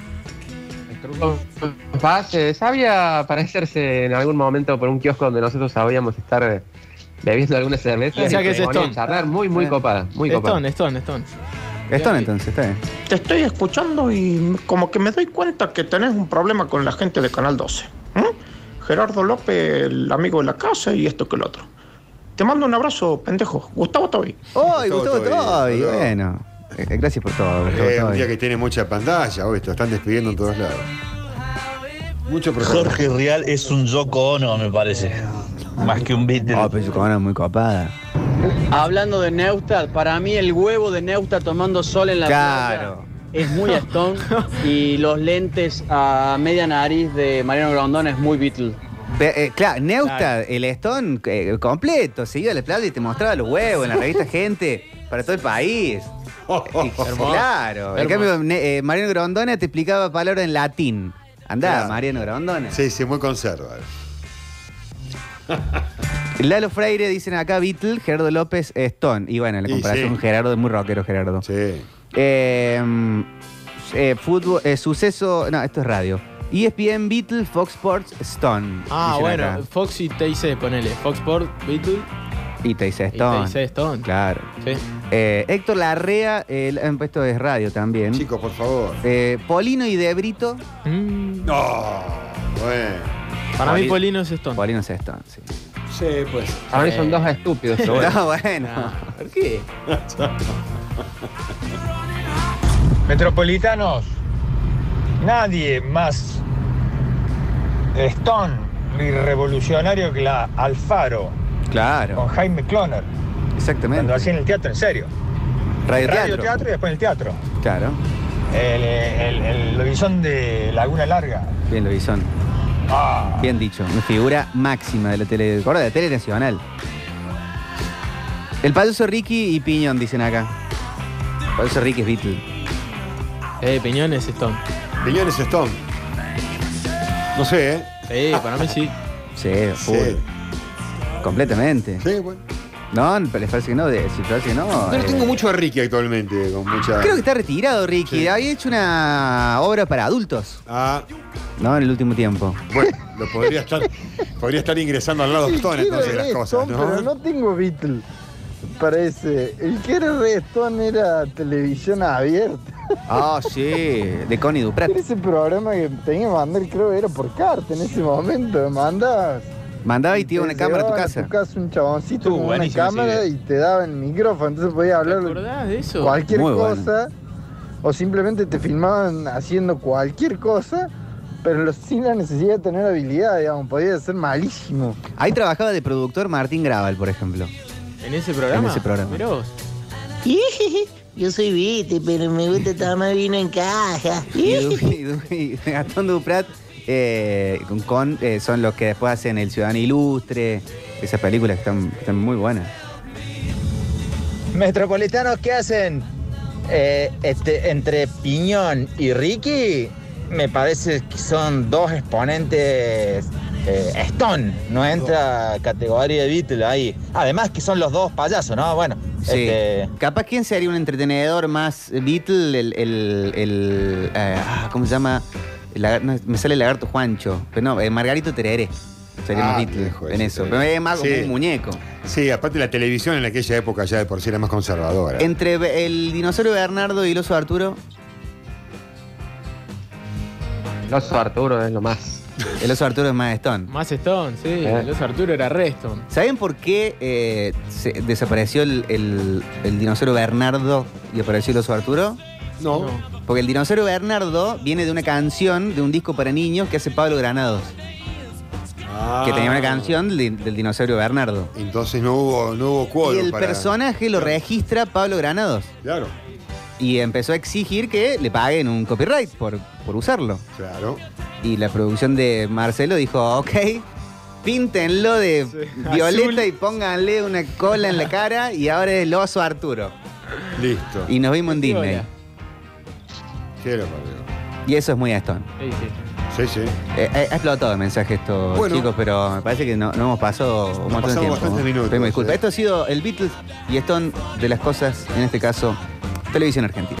[SPEAKER 4] Paz eh, sabía aparecerse en algún momento por un kiosco donde nosotros sabíamos estar eh, bebiendo alguna cerveza.
[SPEAKER 2] O sea
[SPEAKER 4] y
[SPEAKER 2] que es
[SPEAKER 4] se ponía a
[SPEAKER 2] Stone.
[SPEAKER 4] charlar muy, muy
[SPEAKER 2] Eh.
[SPEAKER 4] copada. Muy copada.
[SPEAKER 2] Stone, Stone, Stone.
[SPEAKER 1] Stone entonces, está bien.
[SPEAKER 17] Te estoy escuchando y como que me doy cuenta que tenés un problema con la gente de Canal 12. ¿Mm? Gerardo López, el amigo de la casa y esto que el otro. Te mando un abrazo, pendejo. Gustavo Tobi.
[SPEAKER 1] ¡Ay, ¡Oh, Gustavo
[SPEAKER 3] Gustavo Tobi,
[SPEAKER 1] Tobi!
[SPEAKER 3] Gustavo.
[SPEAKER 1] Bueno. Eh, eh, Gracias por todo, Gustavo
[SPEAKER 3] Eh, un
[SPEAKER 1] Tobi.
[SPEAKER 3] día que tiene mucha pantalla, hoy esto, están despidiendo en todos lados. Mucho profesor.
[SPEAKER 12] Jorge Real es un Yoko Ono, me parece. Más que un Beatle.
[SPEAKER 1] Ah, pero Yoko Ono es muy copada.
[SPEAKER 14] Hablando de Neustadt, para mí el huevo de Neustadt tomando sol en la
[SPEAKER 1] Claro.
[SPEAKER 14] playa es muy Stone y los lentes a media nariz de Mariano Grondón es muy Beatle.
[SPEAKER 1] Pe- eh, claro, Neustadt,
[SPEAKER 14] Claro.
[SPEAKER 1] el Stone eh, completo, se iba a la plaza y te mostraba los huevos en la revista Gente para todo el país.
[SPEAKER 3] Oh.
[SPEAKER 1] Y- claro. En
[SPEAKER 3] hermoso.
[SPEAKER 1] cambio, ne- eh, Mariano Grondona te explicaba palabras en latín. Andá,
[SPEAKER 3] Claro.
[SPEAKER 1] Mariano Grondona.
[SPEAKER 3] Sí, sí, muy conserva.
[SPEAKER 1] Lalo Freire dicen acá Beatle, Gerardo López, Stone. Y bueno, la
[SPEAKER 3] Y
[SPEAKER 1] comparación
[SPEAKER 3] sí.
[SPEAKER 1] Gerardo es muy rockero, Gerardo.
[SPEAKER 3] Sí.
[SPEAKER 1] Eh, eh, fútbol, eh, suceso. No, esto es radio. E ESPN, Beatle, Fox Sports, Stone.
[SPEAKER 2] Ah,
[SPEAKER 1] dicen
[SPEAKER 2] bueno,
[SPEAKER 1] acá.
[SPEAKER 2] Fox y TIC, ponele. Fox Sport, Beatle
[SPEAKER 1] Y te dice
[SPEAKER 2] y
[SPEAKER 1] Stone.
[SPEAKER 2] TIC Stone.
[SPEAKER 1] Claro.
[SPEAKER 2] Sí.
[SPEAKER 1] Eh, Héctor Larrea, el, esto es radio también.
[SPEAKER 3] Chicos, por favor.
[SPEAKER 1] Eh, Polino y Debrito.
[SPEAKER 2] Mm,
[SPEAKER 3] No, bueno.
[SPEAKER 2] Para mí, Polino es Stone.
[SPEAKER 1] Polino es Stone, sí.
[SPEAKER 3] Sí, pues.
[SPEAKER 4] Para mí son dos estúpidos. pero bueno.
[SPEAKER 1] No, bueno.
[SPEAKER 2] ¿Por qué?
[SPEAKER 18] Metropolitanos, nadie más Stone y revolucionario que la Alfaro con
[SPEAKER 1] Claro,
[SPEAKER 8] Oh.
[SPEAKER 18] Jaime Cloner. Cuando
[SPEAKER 1] exactamente.
[SPEAKER 18] hacían el teatro, en serio.
[SPEAKER 1] Radio teatro.
[SPEAKER 18] teatro y después el teatro.
[SPEAKER 1] Claro,
[SPEAKER 18] El, eh, el, el horizonte de Laguna Larga.
[SPEAKER 1] bien, Lobizón.
[SPEAKER 18] Ah,
[SPEAKER 1] Bien dicho, una figura máxima de la tele, de la tele nacional. El payaso Ricky y Piñón, dicen acá. El payaso Ricky es Beatle.
[SPEAKER 2] Eh, Piñón es Stone.
[SPEAKER 3] Piñones Stone. No sé, ¿eh?
[SPEAKER 2] Sí, para mí sí.
[SPEAKER 1] Sí, full. Completamente.
[SPEAKER 3] Sí, bueno.
[SPEAKER 1] No, les parece que no, de- si parece que no.
[SPEAKER 3] Yo le
[SPEAKER 1] eh,
[SPEAKER 3] tengo mucho a Ricky actualmente, con mucha.
[SPEAKER 1] Creo que está retirado Ricky.
[SPEAKER 3] Sí.
[SPEAKER 1] Había hecho una obra para adultos.
[SPEAKER 3] Ah,
[SPEAKER 1] No, en el último tiempo.
[SPEAKER 3] bueno, lo podría estar, podría estar ingresando al lado de Stone,
[SPEAKER 9] quiero
[SPEAKER 3] entonces las
[SPEAKER 9] Red
[SPEAKER 3] cosas,
[SPEAKER 9] Stone, Pero
[SPEAKER 3] ¿no?
[SPEAKER 9] no tengo Beatle. Parece. El que era Redstone era televisión abierta.
[SPEAKER 1] Ah, sí. De Connie Duprat.
[SPEAKER 9] Ese programa que tenía que mandar, creo, era por carta en ese momento. Mandabas.
[SPEAKER 1] Mandaba y te iba
[SPEAKER 9] Te
[SPEAKER 1] una cámara a tu
[SPEAKER 9] llevaban
[SPEAKER 1] casa.
[SPEAKER 9] tu casa un chaboncito con una
[SPEAKER 1] buenísima esa
[SPEAKER 9] cámara
[SPEAKER 1] idea.
[SPEAKER 9] y te daban micrófono, entonces podías hablar
[SPEAKER 2] acordás de eso?
[SPEAKER 9] cualquier
[SPEAKER 1] Muy bueno.
[SPEAKER 9] cosa. O simplemente te filmaban haciendo cualquier cosa, pero lo- sin la necesidad de tener habilidad, digamos, podía ser malísimo.
[SPEAKER 1] Ahí trabajaba de productor Martín Graval, por ejemplo.
[SPEAKER 2] ¿En ese programa?
[SPEAKER 1] En ese programa.
[SPEAKER 2] Mirá vos.
[SPEAKER 19] Yo soy Vite, pero me gusta tomar vino en caja.
[SPEAKER 1] Y, Du- y Du- y Gastón Duprat eh, con, con, eh, son los que después hacen El Ciudadano Ilustre. Esas películas que están, que están muy buenas.
[SPEAKER 18] Metropolitanos, ¿qué hacen? Eh, este, entre Piñón y Ricky, me parece que son dos exponentes eh, Stone. No entra categoría de Beatle ahí. Además que son los dos payasos, ¿no? Bueno,
[SPEAKER 1] Sí.
[SPEAKER 18] este,
[SPEAKER 1] Capaz quién sería un entretenedor más Beatle, el, el, el, eh, ah, ¿cómo se llama? El lagar- no, me sale el lagarto Juancho, pero no, eh, Margarito Tereré. Sería
[SPEAKER 3] Ah,
[SPEAKER 1] más Beatle
[SPEAKER 3] viejo
[SPEAKER 1] en
[SPEAKER 3] ese
[SPEAKER 1] eso.
[SPEAKER 3] Tereré.
[SPEAKER 1] Pero es más como
[SPEAKER 3] Sí.
[SPEAKER 1] un muñeco.
[SPEAKER 3] Sí, aparte la televisión en aquella época ya de por sí era más conservadora.
[SPEAKER 1] Entre be- el dinosaurio Bernardo y el oso Arturo,
[SPEAKER 4] El oso Arturo es lo más.
[SPEAKER 1] El oso Arturo es más Stone.
[SPEAKER 2] Más Stone, sí.
[SPEAKER 1] Eh.
[SPEAKER 2] El oso Arturo era Reston.
[SPEAKER 1] ¿Saben por qué eh, se- desapareció el, el- el dinosaurio Bernardo y apareció el oso Arturo?
[SPEAKER 3] No.
[SPEAKER 1] Porque el dinosaurio Bernardo viene de una canción de un disco para niños que hace Pablo Granados.
[SPEAKER 3] Ah.
[SPEAKER 1] Que tenía una canción del, del dinosaurio Bernardo.
[SPEAKER 3] Entonces no hubo, no hubo
[SPEAKER 1] Y
[SPEAKER 3] quórum
[SPEAKER 1] el
[SPEAKER 3] para-
[SPEAKER 1] personaje lo registra Pablo Granados.
[SPEAKER 3] Claro.
[SPEAKER 1] Y empezó a exigir que le paguen un copyright por, por usarlo.
[SPEAKER 3] Claro.
[SPEAKER 1] Y la producción de Marcelo dijo, ok, píntenlo de violeta y pónganle una cola en la cara y ahora es el oso Arturo.
[SPEAKER 3] Listo.
[SPEAKER 1] Y nos vimos en
[SPEAKER 3] Qué
[SPEAKER 1] Disney.
[SPEAKER 3] piola. Qué lo parió.
[SPEAKER 1] Y eso es muy Aston.
[SPEAKER 3] Sí, sí.
[SPEAKER 1] Eh, eh, ha explotado el mensaje esto,
[SPEAKER 3] Bueno.
[SPEAKER 1] chicos, pero me parece que no, no hemos pasado un montón de
[SPEAKER 3] pasamos
[SPEAKER 1] tiempo.
[SPEAKER 3] bastantes
[SPEAKER 1] ¿no?
[SPEAKER 3] minutos,
[SPEAKER 1] Pedimos disculpas.
[SPEAKER 3] eh.
[SPEAKER 1] Esto ha sido el Beatles y Stone de las cosas, en este caso, televisión argentina.